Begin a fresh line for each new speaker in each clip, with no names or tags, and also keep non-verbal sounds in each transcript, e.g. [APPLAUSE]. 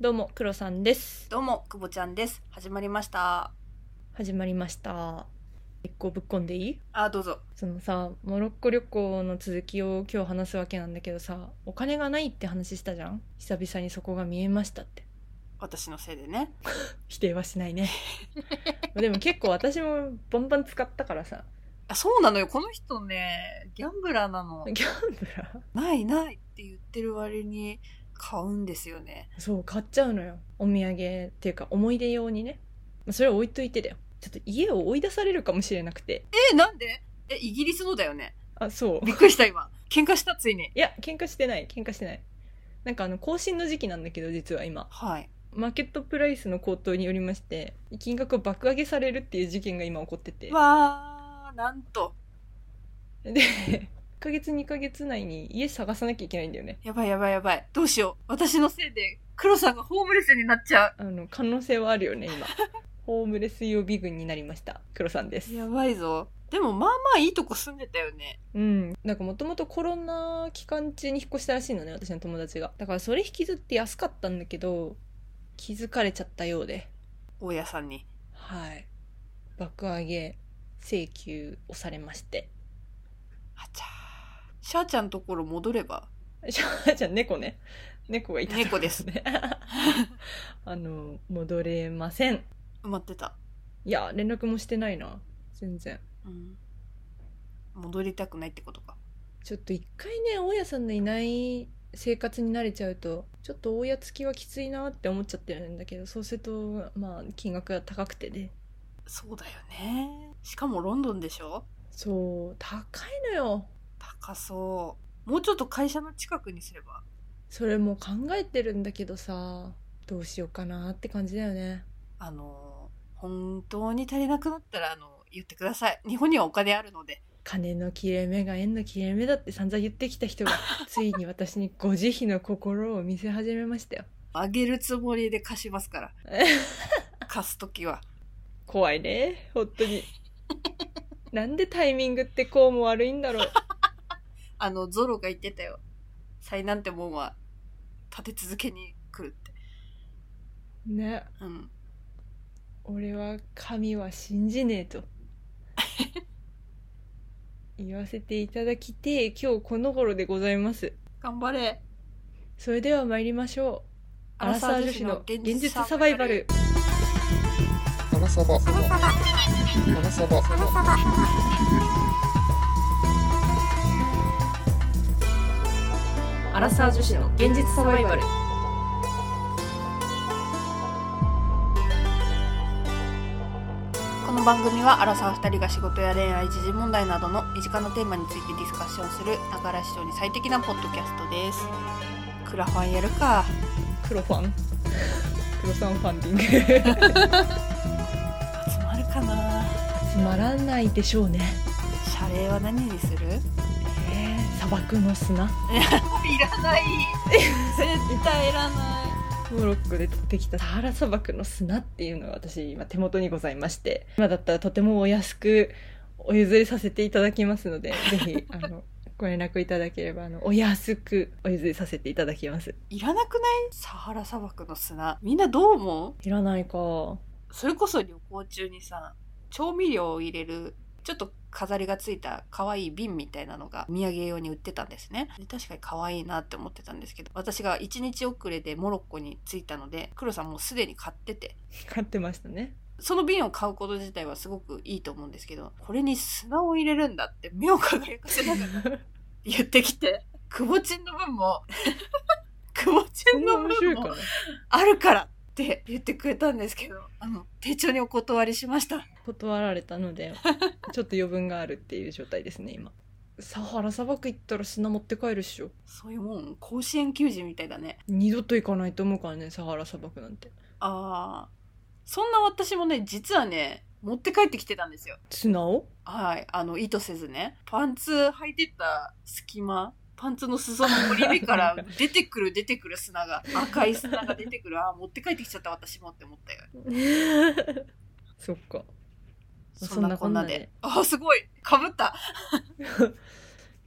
どうも、クロさんです。
どうも、くぼちゃんです。始まりました。
始まりました。一個ぶっこんでいい
あ、どうぞ。
そのさ、モロッコ旅行の続きを今日話すわけなんだけどさ、お金がないって話したじゃん久々にそこが見えましたって。
私のせいでね。
否定はしないね。でも結構私もバンバン使ったからさ、
あ、そうなのよ。この人ね、ギャンブラーなの。
ギャンブラ
ないないって言ってる割に買うんですよね。
ーそう、買っちゃうのよ。お土産っていうか思い出用にね。まあそれは置いといてだよ。ちょっと家を追い出されるかもしれなくて。
え、なんでえ、イギリスのだよね。
あ、そう。
びっくりした、今。喧嘩した、ついに。
いや、喧嘩してない、喧嘩してない。なんかあの、更新の時期なんだけど、実は今。
はい。
マーケットプライスの高騰によりまして、金額を爆上げされるっていう事件が今起こってて。
わー、なんと。
で、1ヶ [LAUGHS] 月2ヶ月内に家探さなきゃいけないんだよね。
やばいやばいやばい。どうしよう。私のせいで、黒さんがホームレスになっちゃ
あの、可能性はあるよね、
[LAUGHS]
今。ホームレス予備軍になりました。黒さんです
う。。やばいぞ。でも、まあまあいいとこ住んでたよね。
うん。なんかもともとコロナ期間中に引っ越したらしいのね、私の友達が。だからそれ引きずって安かったんだけど、気づかれちゃったようで。
大家さんに。
はい。爆上げ請求をされまして。
あちゃー。シャーちゃんところ戻れば
[LAUGHS] じゃあ、じゃあ猫ね。猫がいたところ
猫です
ね。 [LAUGHS] あの、戻れません。
埋まってた。
いや、連絡もしてないな。全然。
うん、戻りたくないってことか
ちょっと一回ね、大家さんのいない生活に慣れちゃうと、ちょっと大家付きはきついなって思っちゃってるんだけど、そうすると、まあ、金額が高くてね。
そうだよねしかもロンドンでしょ
そう、高いのよ。
高そうもうちょっと会社の近くにすれば
それもう考えてるんだけどさ、どうしようかなって感じだよね。
あの本当に足りなくなったらあの言ってください日本にはお金あるので
金の切れ目が縁の切れ目だって散々言ってきた [LAUGHS] 人がついに私にご慈悲の心を見せ始めましたよ
あげるつもりで貸しますから貸す時は
[LAUGHS] 怖いね本当 [LAUGHS] になんでタイミングってこうも悪いんだろう
あのゾロが言ってたよ災難ってもんは立て続けに来るって
ね
うん
俺は神は信じねえ [LAUGHS] と言わせていただきてえ今日この頃でございます
頑張れ
それでは参りましょうアラサー女子の現実サバイバル
アラサバ。アラサバ。
アラサー女子の現実サバイバル
この番組はアラサー2人が仕事や恋愛時事問題などの身近なテーマについてディスカッションするながら視聴に最適なポッドキャストですクラファンやるか
黒ファ [LAUGHS] ン黒さんファンディング
集まるかな
つまらないでしょうね
謝礼は何にするい
えー砂漠の [LAUGHS] 砂
らない絶対いらない
モロッコで取ってきたサハラ砂漠の砂っていうのが私今手元にございまして今だったらとてもお安くお譲りさせていただきますの [LAUGHS] でぜひあのご連絡いただければあのお安くお譲りさせていただきます
いらなくないサハラ砂漠の砂みんなどう思
いらないか
うそれこそ旅行中にさ調味料を入れるちょっと飾りがついた可愛い瓶みたいなのがお土産用に売ってたんですねで確かに可愛いなって思ってたんですけど私が1日遅れでモロッコに着いたので黒さんもうすでに買ってて
買ってました [LAUGHS] ね
その瓶を買うこと自体はすごくいいと思うんですけどこれに砂を入れるんだって目を輝か
[LAUGHS]
せながら言ってきてくぼちんの
[LAUGHS]
分もくぼち
そ
ん
んな
の
面白
分
いか
も
な
あるからって言ってくれたんですけどあの丁重にお断りしました
断られたのでちょっと余分があるっていう状態ですね今サハラ砂漠行ったら砂持って帰るっしょ
そういうもん甲子園球児みたいだね
二度と行かないと思うからねサハラ砂漠なんて
あーそんな私もね実はね持って帰ってきてたんですよ
砂を
はいあの意図せずねパンツ履いてた隙間パンツの裾の折り目から出てくる出てくる砂が赤い砂が出てくるあー持って帰ってきちゃった私もって思ったよ
[LAUGHS] そっか
そんなこんなであーすごいかぶった
[LAUGHS]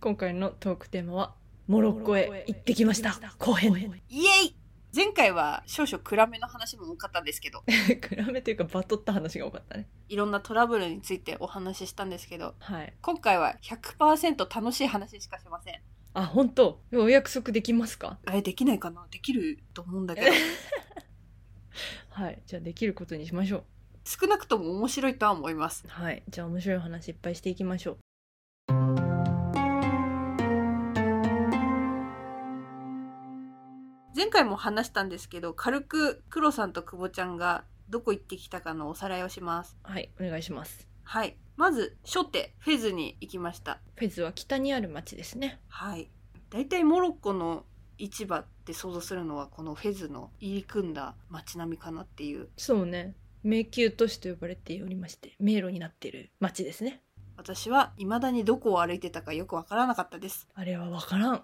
今回のトークテーマはモロッコへ行ってきました後編
イエイ前回は少々暗めの話も多かったんですけど、
暗めというかバトった話が多かったね
いろんなトラブルについてお話ししたんですけど、
はい
今回は100%楽しい話しかしません。
あ本当お約束できますか
あれできないかなできると思うんだけど、
はいじゃあできることにしましょ
少なくとも面白いとは思います
う。はいじゃあ面白い話いっぱいしていきましょう
前回も話したんですけど、軽く黒さんと久保ちゃんがどこ行ってきたかのおさらいをします。
はいお願いします
はい。まず、初手、フェズに行きました。
フェズは北にある町ですね
はい。大体モロッコの市場って想像するのはこのフェズの入り組んだ街並みかなっていう
そうね迷宮都市と呼ばれておりまして迷路になっている町ですね
私は未だにどこを歩いてたかよくわからなかったです
あれは分からん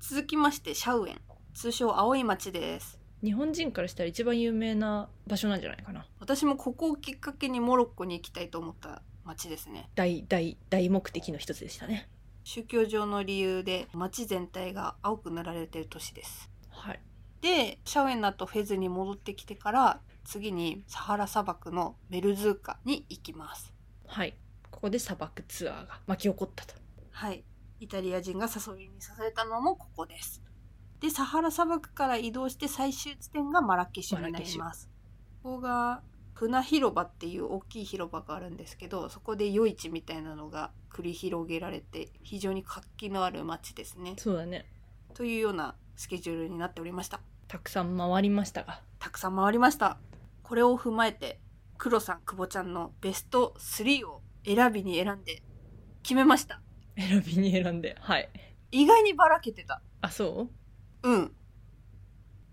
続きましてシャウエン通称青い町です
日本人からしたら一番有名な場所なんじゃないかな
私もここをきっかけにモロッコに行きたいと思った町ですね
大大大目的の一つでしたね
宗教上の理由で町全体が青く塗られてる都市です
はい
でシャウエンの後フェズに戻ってきてから次にサハラ砂漠のメルズーカに行きます
はいここで砂漠ツアーが巻き起こったと
はいイタリア人が誘いに誘えたのもここですでサハラ砂漠から移動して最終地点がマラケシュになり
マ
ますここが船広場っていう大きい広場があるんですけどそこで夜市みたいなのが繰り広げられて非常に活気のある街ですね
そうだね
というようなスケジュールになっておりました
たくさん回りましたが
たくさん回りましたこれを踏まえて黒さん久保ちゃんのベスト3を選びに選んで決めました
選びに選んではい
意外にばらけてた
あそう
うん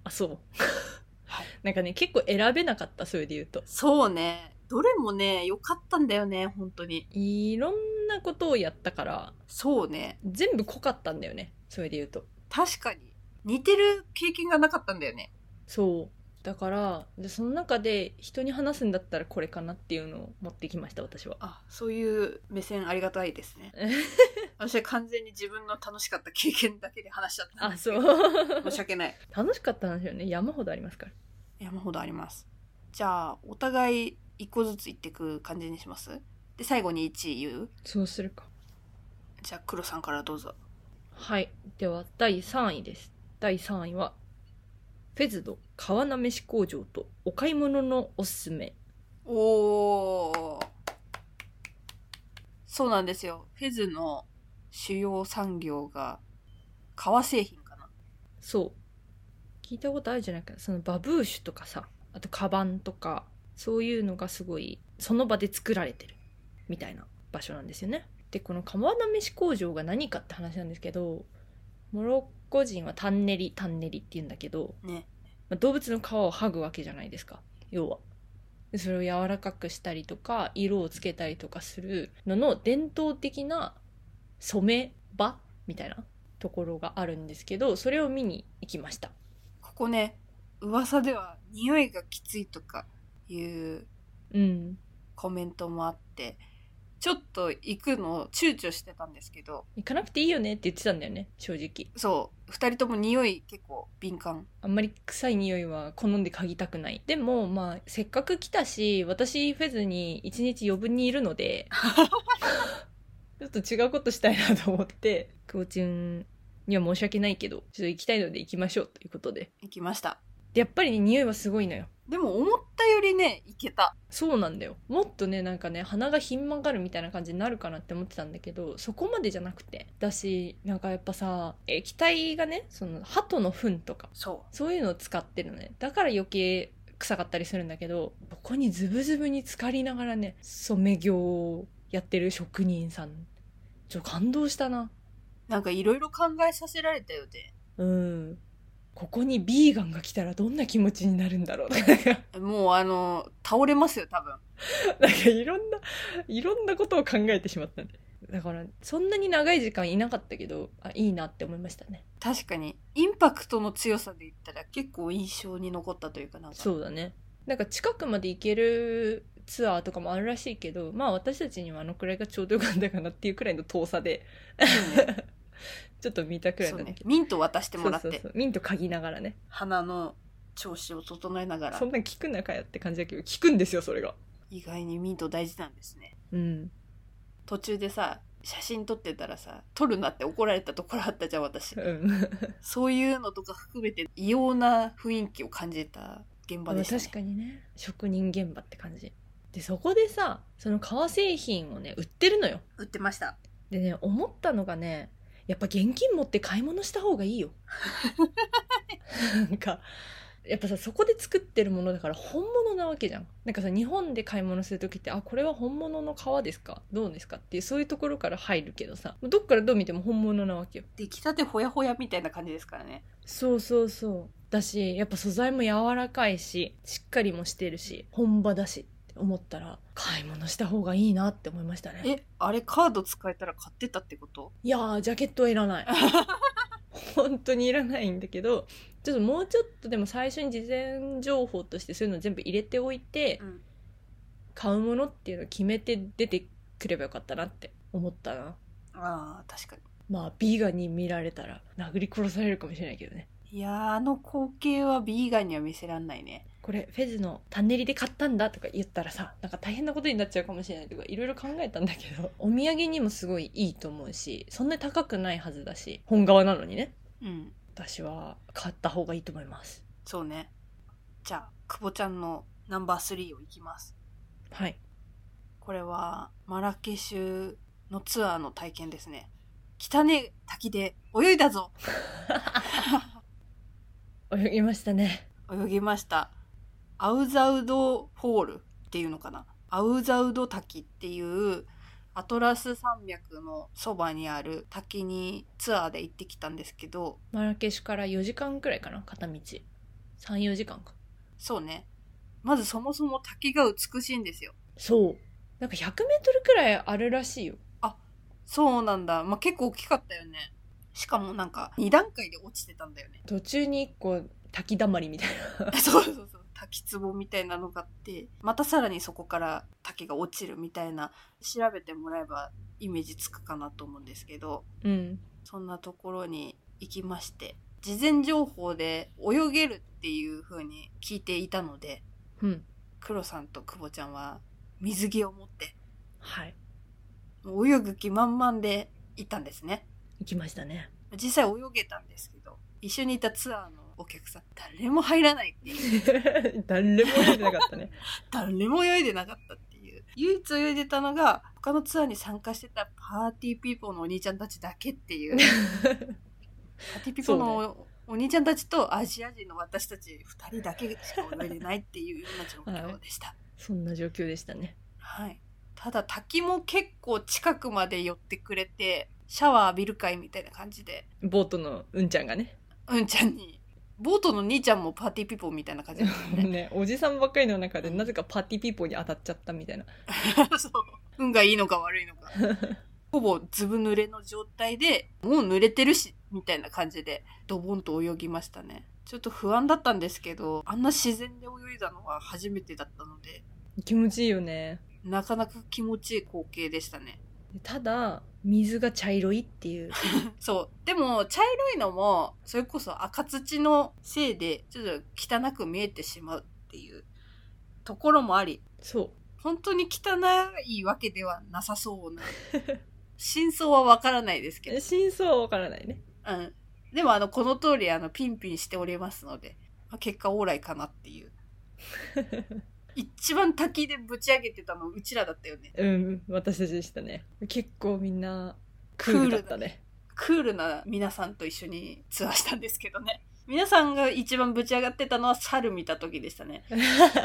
あそう
[LAUGHS] はい
なんかね結構選べなかったそれで言うと
そうねどれもね良かったんだよね本当に
いろんなことをやったから
そうね
全部濃かったんだよねそれで言うと
確かに似てる経験がなかったんだよね
そうだからでその中で人に話すんだったらこれかなっていうのを持ってきました私は
あそういう目線ありがたいですね私は完全に自分の楽しかった経験だけで話しちゃった
あ
んですけ
そ
ど
う
申し訳ない
[LAUGHS] 楽しかった話よね山ほどありますから
山ほどありますじゃあお互い一個ずつ言ってく感じにしますで最後に1位言う
そうするか
じゃあ黒さんからどうぞ
はいでは第3位です第3位はフェズド川なめし工場とお買い物のおすすめ
おおそうなんですよフェズの主要産業が革製品かな
そう聞いたことあるじゃないかそのバブーシュとかさあとカバンとかそういうのがすごいその場で作られてるみたいな場所なんですよねでこの釜なめし工場が何かって話なんですけどモロッコ人はタンネリタンネリって言うんだけど、
ね
まあ動物の皮を剥ぐわけじゃないですか要はでそれを柔らかくしたりとか色をつけたりとかするのの伝統的な染め場みたいなところがあるんですけどそれを見に行きました
ここね噂では匂いがきついとかいう
うん
コメントもあってちょっと行くのを躊躇してたんですけど
行かなくていいよねって言ってたんだよね正直
そう2人とも匂い結構敏感
あんまり臭い匂いは好んで嗅ぎたくないでもまあせっかく来たし私フェズに一日余分にいるのでちょっと違うことしたいなと思って久保ちゃんには申し訳ないけどちょっと行きたいので行きましょうということで
行きました
でやっぱりね匂いはすごいのよ
でも思ったよりね行けた
そうなんだよもっとねなんかね鼻がひん曲がるみたいな感じになるかなって思ってたんだけどそこまでじゃなくてだしなんかやっぱさ液体がねその鳩の糞とか
そ
そういうのを使ってるのねだから余計臭かったりするんだけどここにズブズブに浸かりながらね染め業をやってる職人さんちょっと感動したな
うなんかいろいろ考えさせられたよね
うんここにビーガンが来たらどんな気持ちになるんだろうと [LAUGHS] かなんか
もうあの倒れますよ多分
なんかいろんな、いろんなことを考えてしまったね。だから、そんなに長い時間いなかったけど、あ、いいなって思いましたね。
確かにインパクトの強さで言ったら結構印象に残ったというかなんか
そうだね。なんか近くまで行けるツアーとかもある [LAUGHS] らしいけど、まあ私たちにはあのくらいがちょうどよかったかなっていうくらいの遠さで、
そうね
ちょっと見たくらい
そう
なんだ
ね
けど、
ミント渡してもらって
そうそうそうミント嗅ぎながらね
鼻の調子を整えながら
そんなん聞くなかよって感じだけど聞くんですよそれが
意外にミント大事なんですね
うん
途中でさ写真撮ってたらさ撮るなって怒られたところあったじゃん私
うん
そういうのとか含めて異様な雰囲気を感じた現場でしたね
確かにね職人現場って感じでそこでさその革製品をね売ってるのよ
売ってました
でね思ったのがねやっぱ現金持って買い物した方がいいよなんかやっぱさそこで作ってるものだから本物なわけじゃんなんかさ日本で買い物する時ってあこれは本物の革ですかどうですかっていうそういうところから入るけどさどっからどう見ても本物なわけよ
出来たてほやほやみたいな感じですからね
そうそうそうだしやっぱ素材も柔らかいししっかりもしてるし本場だしって思ったら買い物した方がいいなって思いましたね
えあれカード使えたら買ってたって [LAUGHS] こと
いやージャケットはいらない本当にいらないんだけどちょっともうちょっとでも最初に事前情報としてそういうの全部入れておいて、
うん
買うものっていうのを決めて出てくればよかったなって思ったな
あー確か
まあビーガンに見られたら殴り殺されるかもしれないけどね
にいやーあの光景はビーガンには見せらんないね
これフェズのタンネリで買ったんだとか言ったらさなんか大変なことになっちゃうかもしれないとかいろいろ考えたんだけどお土産にもすごいいいと思うしそんなに高くないはずだし本革なのにね
うん
私は買った方がいいと思います
そうねじゃあ久保ちゃんのナンバー3をいきます
はい
これはマラケシュのツアーの体験ですね汚ね滝で泳いだぞ
泳ぎましたね
泳ぎましたアウザウドホールっていうのかなアウザウド滝っていうアトラス山脈のそばにある滝にツアーで行ってきたんですけど
マラケシュから4時間くらいかな片道34時間か
そうねまずそもそも滝が美しいんですよ
そうなんか 100m くらいあるらしいよ
そうなんだまあ結構大きかったよねしかもなんか2段階で落ちてたんだ
[LAUGHS]
よね
途中に1個滝だまりみたいな
そうそうそう滝壺みたいなのがあってまたさらにそこから滝が落ちるみたいな調べてもらえばイメージつくかなと思うんですけど
うん
そんなところに行きまして、事前情報で泳げるっていう風に聞いていたので、
うん
クロさんとクボちゃんは水着を持って、
はい
もう泳ぐ気満々で行ったんですね。
行きましたね
実際泳げたんですけど、一緒にいたツアーのお客さん、誰も入らないっていう、
[LAUGHS] 誰も泳いでなかったね
誰も泳いでなかったっていう。唯一泳いでたのが、他のツアーに参加してたパーティーピーポーのお兄ちゃんたちだけって [LAUGHS] いう。パティピコのお,、お兄ちゃんたちとアジア人の私たち2人だけしか泳いでないっていうような状況でした。
[LAUGHS] そんな状況でしたね
はい、ただ滝も結構近くまで寄ってくれてシャワー浴びるかいみたいな感じで
ボートのうんちゃんがね
うんちゃんにボートの兄ちゃんもパーティーピーポーみたいな感じだ [LAUGHS] ったね。
ねおじさんばっかりの中でなぜかパーティーピーポーに当たっちゃったみたいな
[LAUGHS] そう運がいいのか悪いのかほぼずぶ濡れの状態でもう濡れてるしみたいな感じでドボンと泳ぎましたねちょっと不安だったんですけどあんな自然で泳いだのは初めてだったので
気持ちいいよね
なかなか気持ちいい光景でしたね。
ただ水が茶色いっていう
そう。でも、茶色いのも、それこそ赤土のせいで、ちょっと汚く見えてしまうっていうところもあり、
そう
本当に汚いわけではなさそうな。真相はわからないですけど。
真相はわからないね
うん。でも、あの、この通り、あの、ピンピンしておりますので、まあ結果オーライかなっていう。一番滝でぶち上げてたの、うちらだったよね。
うん私たちでしたね結構みんなクールだったね
クールな皆さんと一緒にツアーしたんですけどね。皆さんが一番ぶち上がってたのは猿見た時でしたね。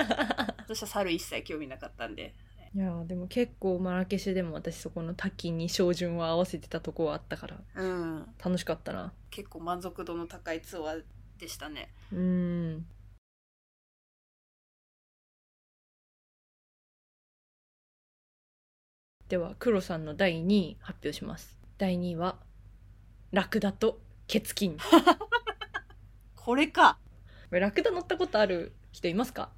[LAUGHS]
私は猿一切興味なかったんで。
いやーでも結構マラケシュでも私そこの滝に照準を合わせてたとこはあったから
うん。
楽しかったな
結構満足度の高いツアーでしたね。
うんでは黒さんの第2位発表します第2位はラクダとケツ [LAUGHS] キンこ
これか。
れラクダ乗ったことある人いますか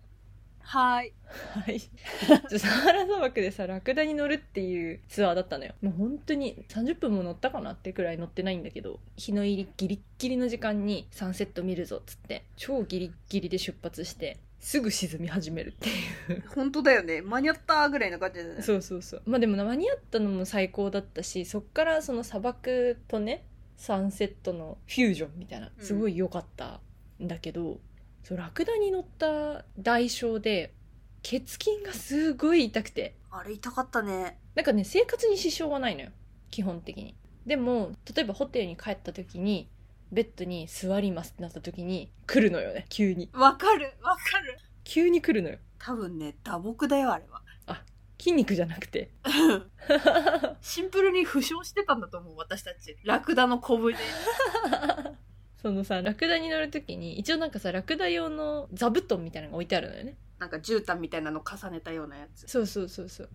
はい。
はい。 [LAUGHS] サハラ砂漠でさ、ラクダに乗るっていうツアーだったのよ。もう本当に30分も乗ったかなってくらい乗ってないんだけど、日の入りギリッギリの時間にサンセット見るぞっつって、超ギリッギリで出発して、すぐ沈み始めるって
[LAUGHS]
いう。
本当だよね。間に合ったぐらいの感じだよね。
そうそうそう。まあでもな間に合ったのも最高だったし、そっからその砂漠とね、サンセットのフュージョンみたいな、
うん
すごい良かったんだけど、そうラクダに乗った代償で、血筋がすごい痛くて、
あれ痛かったね。
なんかね、生活に支障はないのよ。基本的に。でも、例えばホテルに帰った時に、ベッドに座りますってなった時に、来るのよね、急に。
わかる、わかる。
急に来るのよ。
多分ね、打撲だよ、あれは。
筋肉じゃなくて。 [LAUGHS]
シンプルに負傷してたんだと思う、私たち。ラクダのコブで。
そのさ、ラクダに乗る時に、一応なんかさ、ラクダ用の座布団みたいなのが置いてあるのよね。
なんか絨毯みたいなの重ねたようなやつ。
そうそうそうそう。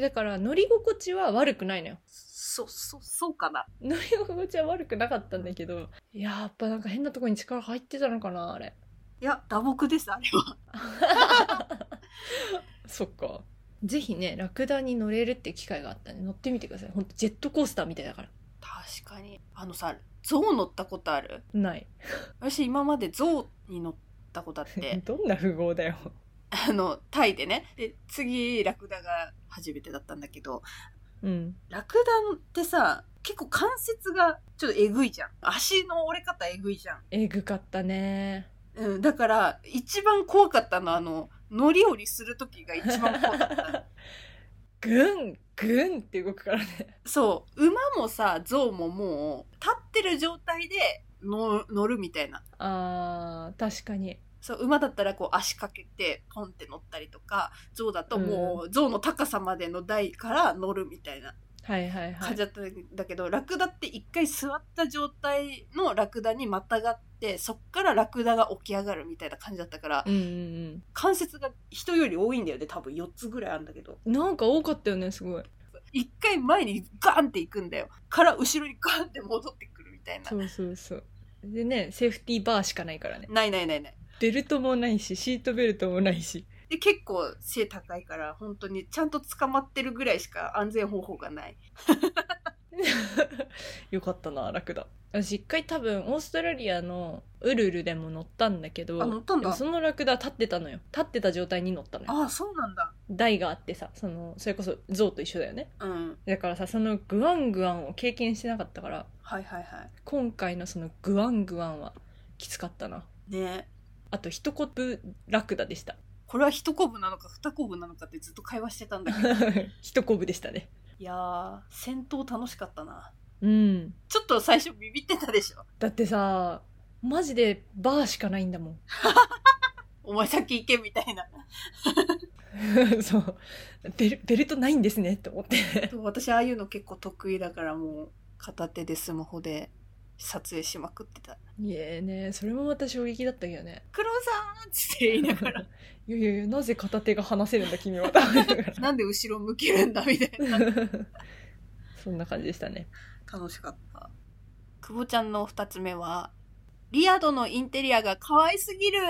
だから、乗り心地は悪くないのよ。
そ、そ、そうかな。
乗り心地は悪くなかったんだけど、いややっぱなんか変なとこに力入ってたのかな、あれ。
いや、打撲です、あれは。
[LAUGHS] そっか。ぜひね、ラクダに乗れるって機会があったんで、乗ってみてください。ほんとジェットコースターみたいだから。
確かに。あのさ、象乗ったことある
ない。
私今まで象に乗ったことあっ [LAUGHS] て、
[LAUGHS] どんな富豪だよ。
あの、タイでね。で、次、ラクダが初めてだったんだけど、
うん。
ラクダってさ、結構関節がちょっとえぐいじゃん。足の折れ方えぐいじゃん。
えぐかった [LAUGHS] ね。
うん、だから、一番怖かったのは、あの、乗り降りするときが一番怖か [LAUGHS] った。
ぐん、ぐんって動くからね。
そう、馬もさ、象ももう、立ってる状態での乗るみたいな。
あー、確かに。
そう、馬だったらこう足かけて、ポンって乗ったりとか、象だともう、象の高さまでの台から乗るみたいな
はいはいはい
感じ。だったんだけど、ラクダって一回座った状態のラクダにまたがって、そっからラクダが起き上がるみたいな感じだったから
う、んうん
関節が人より多いんだよね、多分4つぐらいあるんだけど。
うん。なんか多かったよね、すごい。
一回前にガンって行くんだよ。から後ろにガンって戻ってくるみたいな
そ。うそうそう。でね、セーフティーバーしかないからね。
ないないないない。
ベルトもないし、シートベルトもないし。
で、結構背高いから、本当にちゃんと捕まってるぐらいしか安全方法がない。
[LAUGHS] よかったな、楽だ。私一回多分、オーストラリアのウルルでも乗ったんだけど、
あ、乗ったん
でも
だ。
そのラクダ立ってたのよ立ってた状態に乗ったのよ
あ、そうなんだ。
台があってさそのそれこそ象と一緒だよね
うん。
だからさそのグワングワンを経験してなかったから
はいはいは。
今回のそのグワングワンはきつかったない
ね
あと一コブラクダでした [LAUGHS]
これは一コブなのか二コブなのかってずっと会話してたんだけ [LAUGHS] ど。
一コブでしたね
いやー、戦闘楽しかったな。
うん
ちょっと最初ビビってたでしょ。
だってさマジでバーしかないんだもん
お前先行けみたいな。
[LAUGHS] そうベルベルトないんですねって思って [LAUGHS]
そう私ああいうの結構得意だからもう片手でスマホで撮影しまくってた
いえねそれもまた衝撃だったけどね
「黒さん!」っつって言いなが
[LAUGHS]
ら
いやいやいやなぜ片手が離せるんだ君は [LAUGHS] と思いながら
「なんで後ろ向けるんだ」みたいな
そんな感じでしたね。
[LAUGHS] 楽しかった久保ちゃんの2つ目は「リアドのインテリアが可愛すぎる!」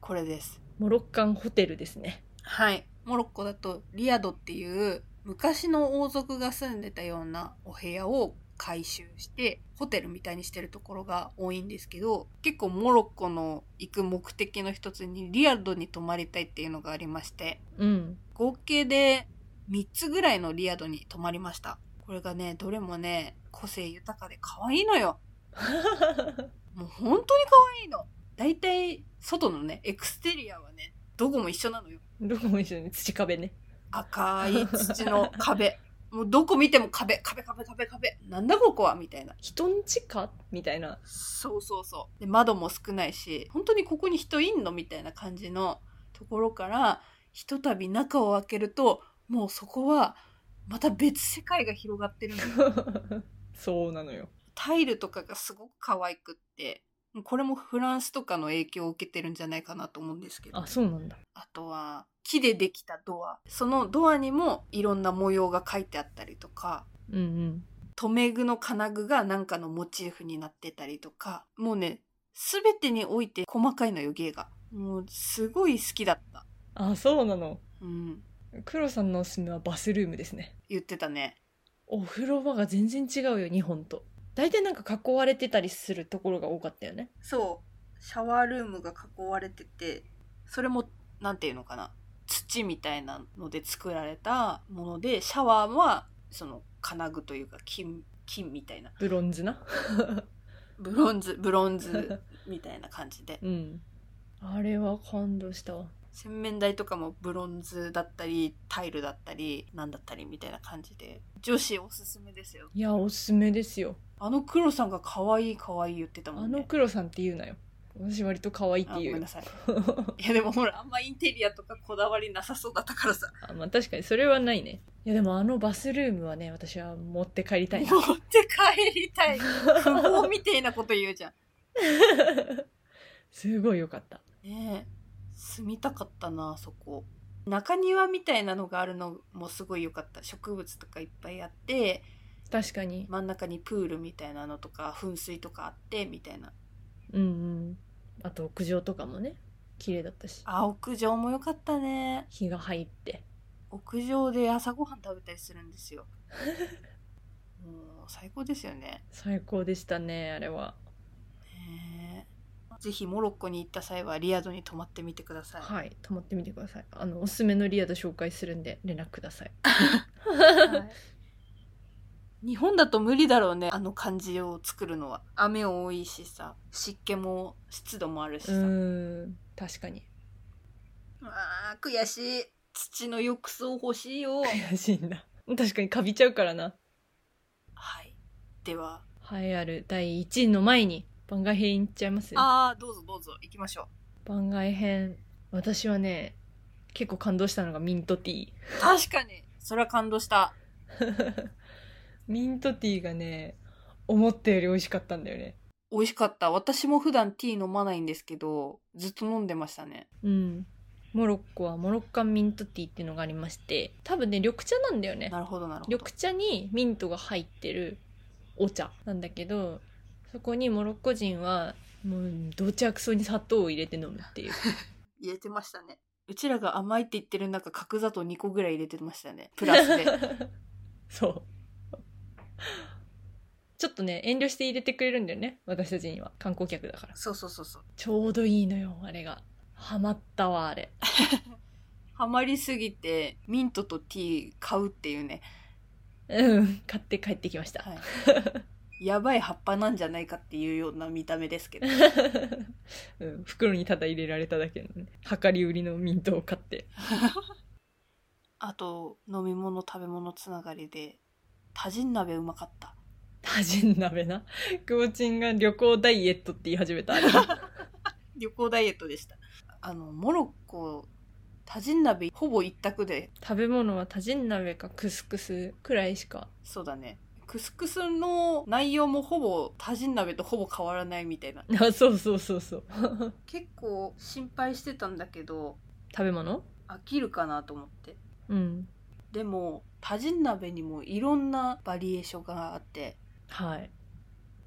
これです
モロッカンホテルですね。
はいモロッコだとリアドっていう昔の王族が住んでたようなお部屋を改修してホテルみたいにしてるところが多いんですけど結構モロッコの行く目的の一つにリアドに泊まりたいっていうのがありまして
うん。 [LAUGHS]
合計で3つぐらいのリアドに泊まりましたこれがねどれもね個性豊かで可愛いのよもう本当に可愛いのだいたい外のねエクステリアはねどこも一緒なのよ
どこも一緒に土壁ね。
赤い土の壁。 [LAUGHS] もうどこ見ても壁、壁、壁、壁、壁。なんだここはみたいな。
人んちかみたいな。 [LAUGHS]
そうそうそう。で、窓も少ないし、本当にここに人いんのみたいな感じのところから、ひとたび中を開けると、もうそこは、また別世界が広がってるのよ。
そうなのよ。
タイルとかがすごく可愛くって、これもフランスとかの影響を受けてるんじゃないかなと思うんですけど。
あ、そうなんだ。
あとは木でできたドアそのドアにもいろんな模様が書いてあったりとか
うん
留め具の金具がなんかのモチーフになってたりとかもうね全てにおいて細かいのよ芸がもうすごい好きだった
あそうなの
うん、
黒さんのおすすめはバスルームですね
言ってたね
お風呂場が全然違うよ日本と大体なんか囲われてたりするところが多かったよね
そうシャワールームが囲われててそれもなんていうのかな土みたいなので作られたものでシャワーはその金具というか金金みたいな
ブロンズな
ブロンズブロンズ
[LAUGHS]
みたいな感じで
うんあれは感動したわ
洗面台とかもブロンズだったりタイルだったりなんだったりみたいな感じで女子おすすめですよ
いやおすすめですよ
あの黒さんが可愛い可愛い言ってたも
あ
んね
の黒さんって言うなよ私割と可愛いって
あご
言
め
うんよ
なさいいやでもほらあんまインテリアとかこだわりなさそうだったからさ
[LAUGHS] あまあ確かにそれはないねいやでもあのバスルームはね私は持って帰りたいな
持って帰
[LAUGHS]
りたい不法みてえなこと言うじゃん
すごい良かった
ねえ住みたかったなあそこ中庭みたいなのがあるのもすごい良かった植物とかいっぱいあって
確かに
真ん中にプールみたいなのとか噴水とかあってみたいな
うんうんあと屋上とかもね綺麗だったし
あ屋上も良かったね
日が入って
屋上で朝ごはん食べたりするんで
[LAUGHS]
すよもう最高ですよね
最高でしたねあれは
ねえぜひモロッコに行った際はリヤドに泊まってみてください
はい泊まってみてくださいあのおすすめのリアド紹介するんで連絡くだ [LAUGHS] さい
日本だと無理だろうねあの感じを作るのは雨多いしさ湿気も湿度もあるし
う
さ、う
ーん確かに
あー悔しい土の浴槽欲しいよ
悔しいな確かにカビちゃうからな
はいでは
栄えある第1位の前に番外編いっちゃいます
ああどうぞどうぞ行きましょう
番外編私はね結構感動したのがミントティ
確かにそれは感動した
ー [LAUGHS] ミントティーがね思ったより美味しかったんだよね
美味しかった私も普段ティー飲まないんですけどずっと飲んでましたね
うんモロッコはモロッカンミントティーっていうのがありまして多分ね緑茶なんだよね
なるほどなるほど
緑茶にミントが入ってるお茶なんだけどそこにモロッコ人はもうどちゃくそに砂糖を入れて飲むっていう
入れてましたねうちらが甘いって言ってる中角砂糖2個ぐらい入れてましたねプラスで
[LAUGHS] そうちょっとね遠慮して入れてくれるんだよね私たちには観光客だから
そうそうそうそう
ちょうどいいのよあれがハマったわあれ
ハマりすぎてミントとティー買うっていうね、
うん買って帰ってきました、
はい、 [LAUGHS] やばい葉っぱなんじゃないかっていうような見た目です [LAUGHS] けど
[LAUGHS] うん、袋にただ入れられただけのね量り売りのミントを買って
あと飲み物食べ物つながりでタジン鍋うまかった
タジン鍋な久保ちんが旅行ダイエットって言い始め [LAUGHS] た
旅行ダイエットでしたあのモロッコタジン鍋ほぼ一択で
食べ物はタジン鍋かクスクスくらいしか
そうだねクスクスの内容もほぼタジン鍋とほぼ変わらないみたいな
あそうそうそうそう
結構心配してたんだけど
食べ物
飽きるかなと思って
うん
でもタジン鍋にもいろんなバリエーションがあって、
はい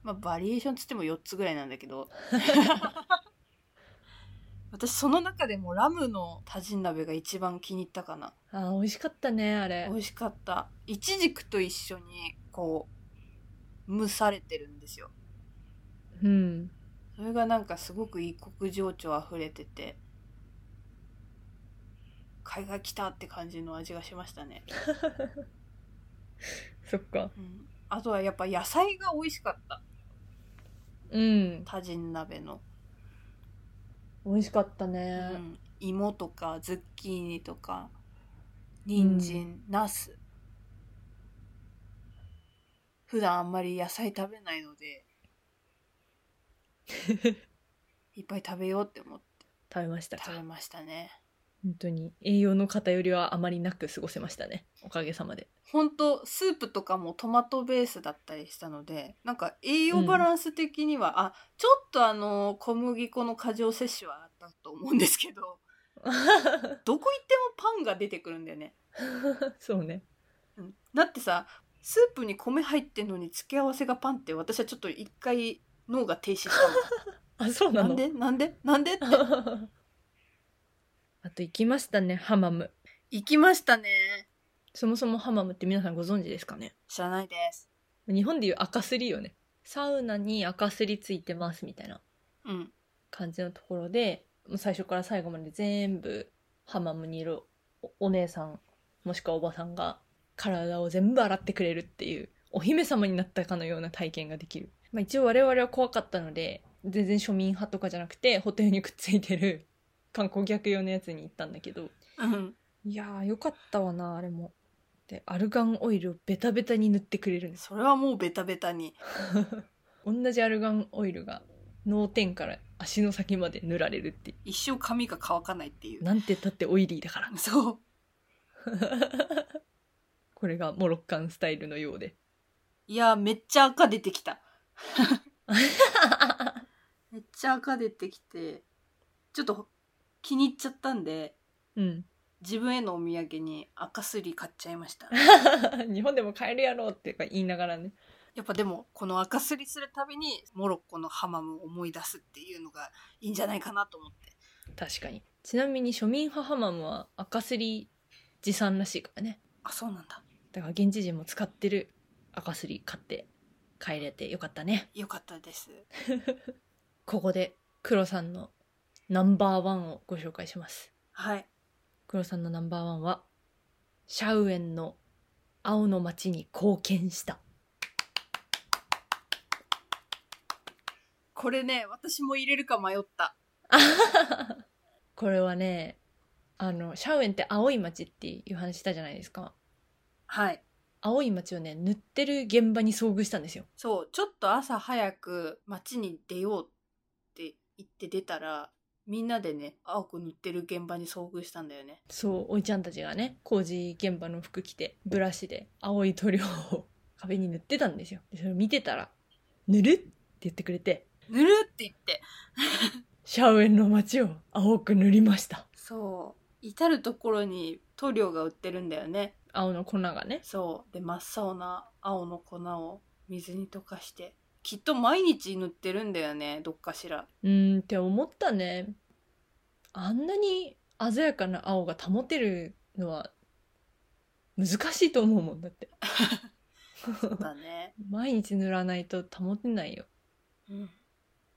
まあ、バリエーションつっても4つぐらいなんだけど私その中でもラムのタジン鍋が一番気に入ったかな
あ美味しかったねあれ
美味しかったイチジクと一緒にこう蒸されてるんですよ
うん
それがなんかすごく異国情緒あふれてて海外来たって感じの味がしましたね、
そっか
うん、あとはやっぱ野菜が美味しかった
うん
タジン鍋の、
美味しかった
う
ね
ん、芋とかズッキーニとか人参、ナス普段あんまり野菜食べないのでいっぱい食べようって思って
食べましたか
食べましたね
本当に栄養の偏りはあまりなく過ごせましたねおかげさま [LAUGHS] で
ほんとスープとかもトマトベースだったりしたのでなんか栄養バランス的には、あちょっとあの小麦粉の過剰摂取はあったと思うんですけどどこ行ってもパンが出てくるんだよね
そうね
うんだってさスープに米入ってんのに付け合わせがパンって私はちょっと一回脳が停止した
あそう [LAUGHS] な
のな
の
んでなんでなんでって
ああと行きましたねハマム
行きましたね
そもそもハマムって皆さんご存知ですかね
知らないです
日本でいう赤すりよねサウナに赤すりついてますみたいな
うん
感じのところでもう最初から最後まで全部ハマムにいるおお姉さんもしくはおばさんが体を全部洗ってくれるっていうお姫様になったかのような体験ができる、まあ、一応我々は怖かったので全然庶民派とかじゃなくてホテルにくっついてる観光客用のやつに行ったんだけど
うん
いやーよかったわなあれもでアルガンオイルをベタベタに塗ってくれるんです
それはもうベタベタに
同じアルガンオイルが脳天から足の先まで塗られるってい
一生髪が乾かないっていうう
なんて言ったってオイリーだから
そう
これがモロッカンスタイルのよう [LAUGHS] で
いやめっちゃ赤出てきためっちゃ赤出てきてちょっと気に入っちゃったんで
うん [LAUGHS]
自分へのお土産に赤すり買っちゃいました
日本でも買えるやろうって言いながらね
やっぱでもこの赤すりするたびにモロッコのハマムを思い出すっていうのがいいんじゃないかなと思って
確かにちなみに庶民派ハマムは赤すり持参らしいからね
あそうなんだ
だから現地人も使ってる赤すり買って帰れてよかったね
よかったです
ここで黒さんのナンバーワンをご紹介します
はい
黒さんのナンバーワンはシャウエンの青の街に貢献した [LAUGHS]
これね私も入れるか迷った
これはねあのシャウエンって青い街っていう話したじゃないですか
はい
青い街をね塗ってる現場に遭遇したんですよ
そうちょっと朝早く街に出ようって言って出たらみんなでね青く塗ってる現場に遭遇したんだよね
そうおいちゃんたちがね工事現場の服着てブラシで青い塗料を [LAUGHS] 壁に塗ってたんですよでそれを見てたら「塗る?」って言ってくれて
塗るって言って
シャウエンの街を青く塗りました
そう至る所に塗料が売ってるんだよね
青の粉がね
そうで真っ青な青の粉を水に溶かしてきっと毎日塗ってるんだよねどっかしら
うーんって思ったねあんなに鮮やかな青が保てるのは難しいと思うもんだって
そうだね、
毎日塗らないと保てないよ
うん、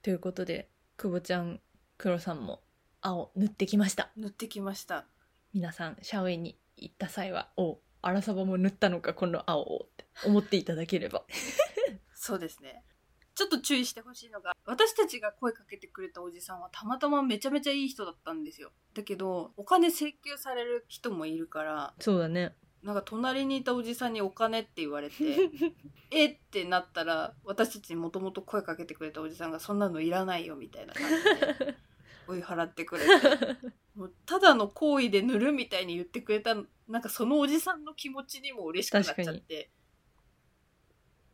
ということで久保ちゃん黒さんも青塗ってきました
塗ってきました
皆さんシャウエンに行った際はおアラサバも塗ったのかこの青をって思っていただければ
そうですねちょっと注意してほしいのが私たちが声かけてくれたおじさんはたまたまめちゃめちゃいい人だったんですよだけどお金請求される人もいるから
そうだね
なんか隣にいたおじさんにお金って言わ [LAUGHS] れてえってなったら私たちにもともと声かけてくれたおじさんがそんなのいらないよみたいな感じで追い払ってくれてもうただの行為で塗るみたいに言ってくれたなんかそのおじさんの気持ちにも嬉しくなっちゃ
確か
って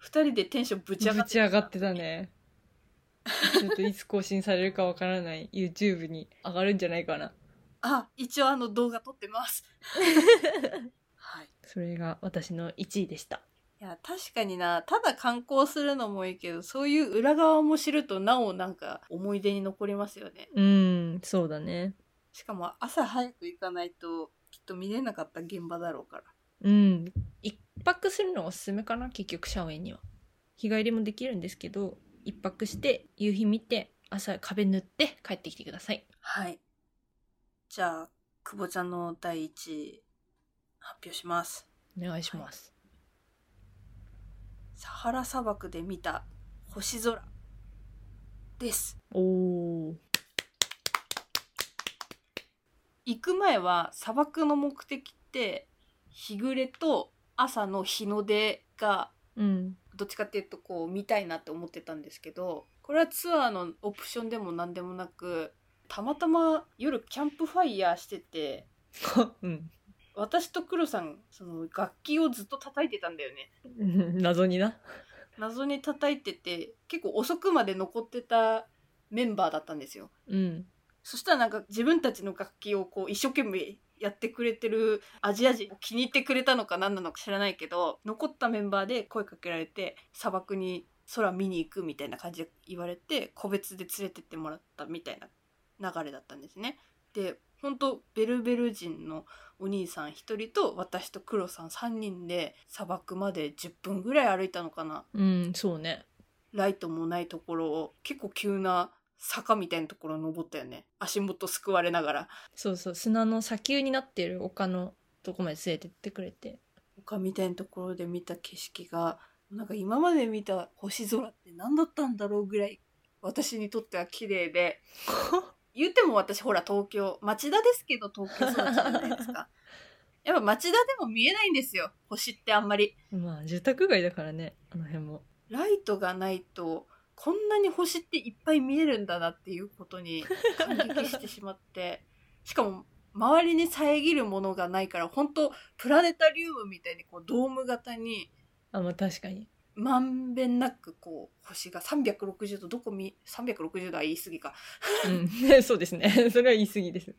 2人でテンションぶち上が
ぶ
って
ち上がってたねちょっといつ更新されるかわからない YouTube に上がるんじゃないかな
あ一応あの動画撮ってますはい
それが私の1位でした
いや確かになただ観光するのもいいけどそういう裏側も知るとなおなんか思い出に残りますよね
うんそうだね
しかも朝早く行かないときっと見れなかった現場だろうから
うん一泊するのがおすすめかな結局シャウエンには日帰りもできるんですけど一泊して夕日見て朝壁塗って帰ってきてください
はいじゃあ久保ちゃんの第一位発表します
お願いします、
サハラ砂漠で見た星空です
おお
行く前は砂漠の目的って日暮れと朝の日の出が
うん
どっちかっていうとこう見たいなって思ってたんですけどこれはツアーのオプションでも何でもなくたまたま夜キャンプファイヤーしてて
うん [LAUGHS]
私と黒さんその楽器をずっと叩いてたんだよね
謎にな
謎に叩いてて結構遅くまで残ってたメンバーだったんですよ
うん
そしたらなんか自分たちの楽器をこう一生懸命やってくれてるアジア人を気に入ってくれたのか何なのか知らないけど残ったメンバーで声かけられて砂漠に空見に行くみたいな感じで言われて個別で連れてってもらったみたいな流れだったんですね。でほんとベルベル人のお兄さん一人と私とクロさん3人で砂漠まで10分ぐらい歩いたのかな
うんそうね
ライトもないところを結構急な坂みたいなところ登ったよね足元すくわれながら
そうそう砂の砂丘になっている丘のとこまで連れてってくれて
丘みたいなところで見た景色がなんか今まで見た星空って何だったんだろうぐらい私にとっては綺麗で言っても私ほら東京町田ですけど東京育ちじゃないですかやっぱ町田でも見えないんですよ星ってあんまり
まあ住宅街だからねあの辺も
ライトがないとこんなに星っていっぱい見えるんだなっていうことに感激してしまってしかも周りに遮るものがないから本当プラネタリウムみたいにこうドーム型に
あまあ確かに
まんべんなくこう星が360度どこ見360度は言い過ぎか
うん、 [LAUGHS] そうですねそれは言い過ぎです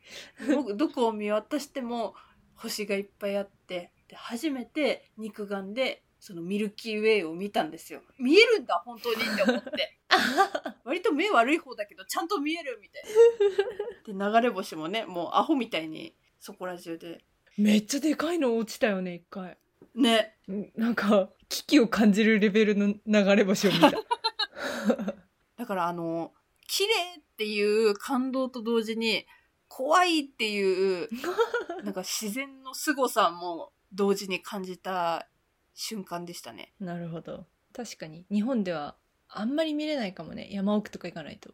どどこを見渡しても星がいっぱいあってで初めて肉眼でそのミルキーウェイを見たんですよ見えるんだ本当にって思って割と目悪い方だけどちゃんと見えるみたいなで流れ星もねもうアホみたいにそこら中で
めっちゃでかいの落ちたよね一回
ね
なんか危機を感じるレベルの流れ星を見た
だからあの綺麗っていう感動と同時に怖いっていうなんか自然の凄さも同時に感じた瞬間でしたね
[LAUGHS] なるほど確かに日本ではあんまり見れないかもね山奥とか行かないと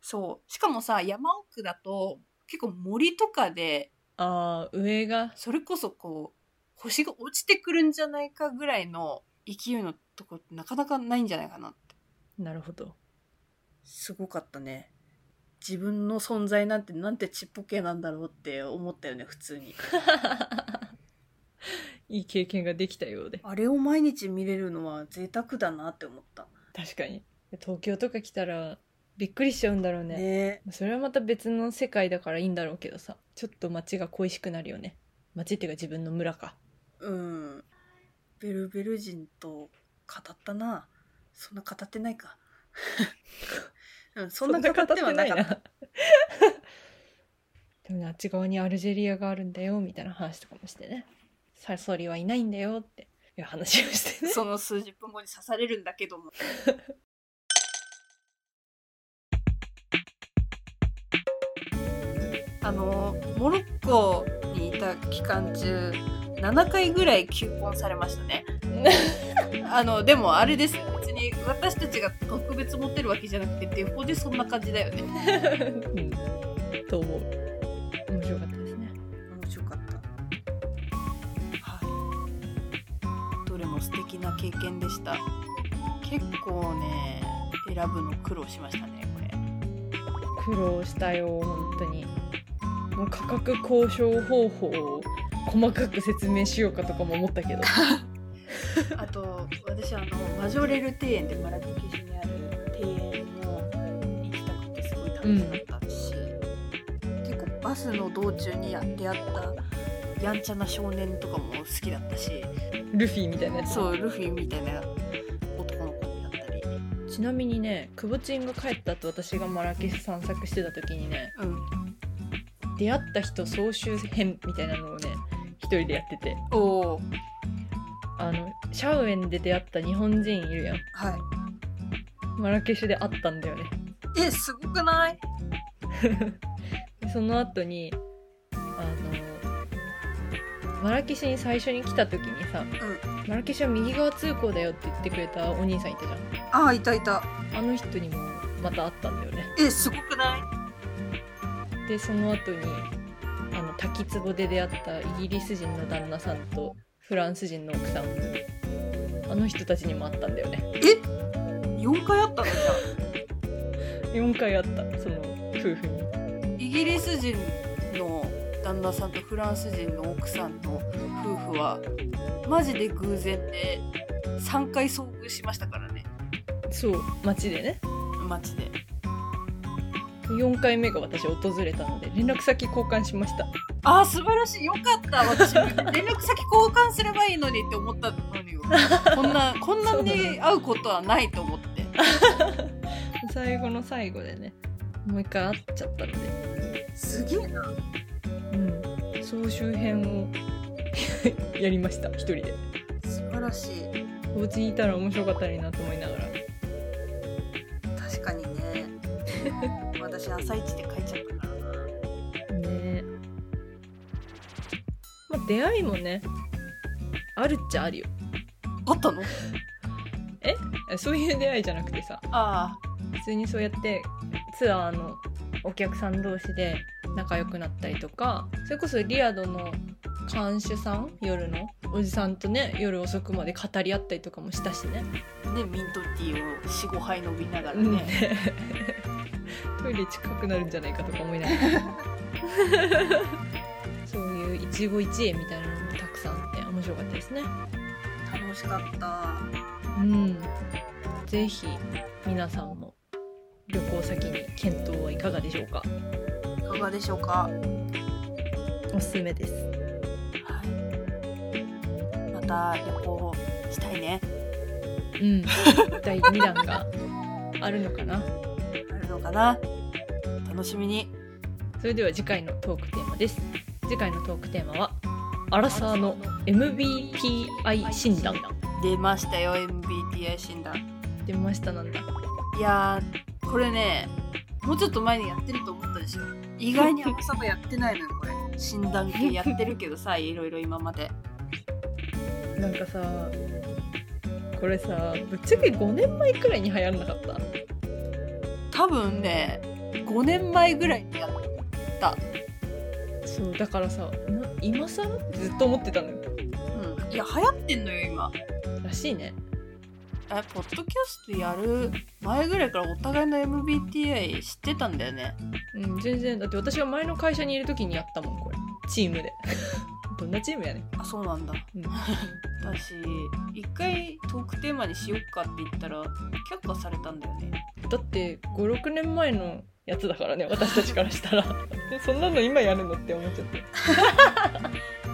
そうしかもさ山奥だと結構森とかで
ああ上が
それこそこう星が落ちてくるんじゃないかぐらいの勢いのとこってなかなかないんじゃないかなって
なるほど
すごかったね自分の存在なんてなんてちっぽけなんだろうって思ったよね普通に
[LAUGHS] いい経験ができたようで
あれを毎日見れるのは贅沢だなって思った
確かに東京とか来たらびっくりしちゃうんだろうね
ね
それはまた別の世界だからいいんだろうけどさちょっと街が恋しくなるよね街っていうか自分の村か
うんベルベル人と語ったなそんな語ってないか [LAUGHS] うんそんな語ってはなかった
[LAUGHS] でもねあっち側にアルジェリアがあるんだよみたいな話とかもしてねサソリはいないんだよっていう話をして [LAUGHS] ね
その数十分後に刺されるんだけどもあのモロッコにいた期間中7回ぐらい求婚されましたねあのでもあれです別に私たちが特別持ってるわけじゃなくてデフォでそんな感じだよね、
うん、と思う面白かったですね
面白かったどれも素敵な経験でした結構ね選ぶの苦労しましたねこれ
苦労したよ本当にもう価格交渉方法を細かく説明しようかとかも思ったけ [LAUGHS] ど
[LAUGHS] あと私あのマジョレル庭園でマラケシュにある庭園の行きたくてすごい楽しかったし、うん、結構バスの道中に出会ったやんちゃな少年とかも好きだったし
ルフィみたいなやつ
そうルフィみたいな男の子だったり
ちなみにねくぼちんが帰った後私がマラケシュ散策してた時にね、
うん、
出会った人総集編みたいなのをね一人でやってて
お
あのシャウエンで出会った日本人いるやん
はい
マラケシュで会ったんだよね
えすごくない
その後にあのマラケシュに最初に来た時にさ、、
うん
マラケシュは右側通行だよって言ってくれたお兄さんいたじゃん
ああいたいた
あの人にもまた会ったんだよね
えすごくない
でその後にあの滝壺で出会ったイギリス人の旦那さんとフランス人の奥さんあの人たちにも会ったんだよね
え4回会ったのじ
ゃ4回会ったその夫婦
にイギリス人の旦那さんとフランス人の奥さんの夫婦はマジで偶然で3回遭遇しましたからね
そう街でね
街で
4回目が私訪れたので連絡先交換しました
あー素晴らしいよかった私連絡先交換すればいいのにって思ったのにこんなこんなに会うことはないと思って
最後の最後でねもう一回会っちゃったので
すげえな
うん、総集編を [LAUGHS] やりました一人で
素晴らしい
お家にいたら面白かったらいいなと思いながら
確かに [LAUGHS] ね私朝一で書いちゃったからな
ねまあ出会いもねあるっちゃあるよ
あったの
えそういう出会いじゃなくてさ
ああ
普通にそうやってツアーのお客さん同士で仲良くなったりとかそれこそリアドの看守さん夜のおじさんとね夜遅くまで語り合ったりとかもしたしね
ねミントティーを45杯飲みながらね
[LAUGHS] トイレ近くなるんじゃないかとか思いながら [LAUGHS] そういう一期一会みたいなのもたくさんあって面白かったですね
楽しかった
うんぜひ皆さんも旅行先に検討はいかがでしょうか
いかがでしょうか、
おすすめです
はい、また旅行したいね
うん、第2弾 [LAUGHS] があるのかな。
あるのかな楽しみに
それでは次回のトークテーマです。次回のトークテーマは、アラサーの MBTI 診断
出ましたよ MBTI 診断
出ましたなんだ。
いやーこれねもうちょっと前にやってると思ったでしょ意外に甘さもやってないのよこれ診断系やってるけどさいろいろ今まで
なんかさ、これさ、ぶっちゃけ5年前くらいに流行んなかった。
多分ね5年前ぐらいにやった、
そう、だからさ、な今更ってずっと思ってたのよ。
うん、いや流行ってんのよ今
らしいね。
えポッドキャストやる前ぐらいからお互いの MBTI 知ってたんだよね
うん、全然。だって私が前の会社にいる時にやったもん、これ。チーム [LAUGHS] で。どんなチーム [LAUGHS] やねん。
あそうなんだ
うん
だし一回トークテーマにしよっかって言ったら却下されたんだよね
だって56年前のやつだからね私たちからしたら [LAUGHS] でそんなの今やるのって思っちゃって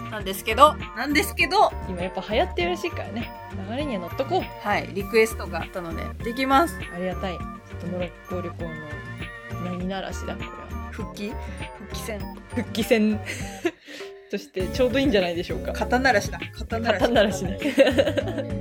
なんですけどなんですけど
今やっぱ流行ってるらしいからね流れには乗っとこう
はいリクエストがあったのでできます
ありがたいちょっとモロッコ旅行の何ならしだこれは
復帰復帰戦
復帰戦 [LAUGHS] としてちょうどいいんじゃないでしょうか
肩ならしだ肩
肩ならしね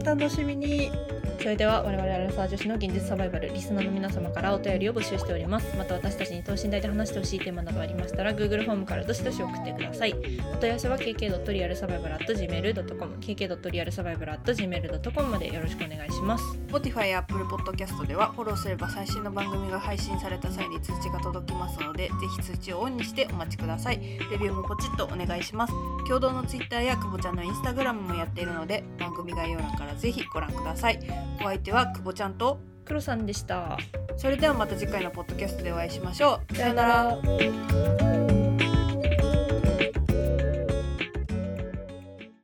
楽しみに
それでは我々アラサー女子の現実サバイバルリスナーの皆様からお便りを募集しておりますまた私たちに等身大で話してほしいテーマなどありましたら Google フォームからどしどし送ってくださいお問い合わせは kk.realsurvival.gmail.com kk.realsurvival.gmail.com までよろしくお願いします
Spotify や Apple Podcast ではフォローすれば最新の番組が配信された際に通知が届きますのでぜひ通知をオンにしてお待ちくださいレビューもポチッとお願いします共同の Twitter や久保ちゃんの Instagram もやっているので番組概要欄からぜひご覧くださいお相手は久保ちゃんと
黒さんでした
それではまた次回のポッドキャストでお会いしましょうさようなら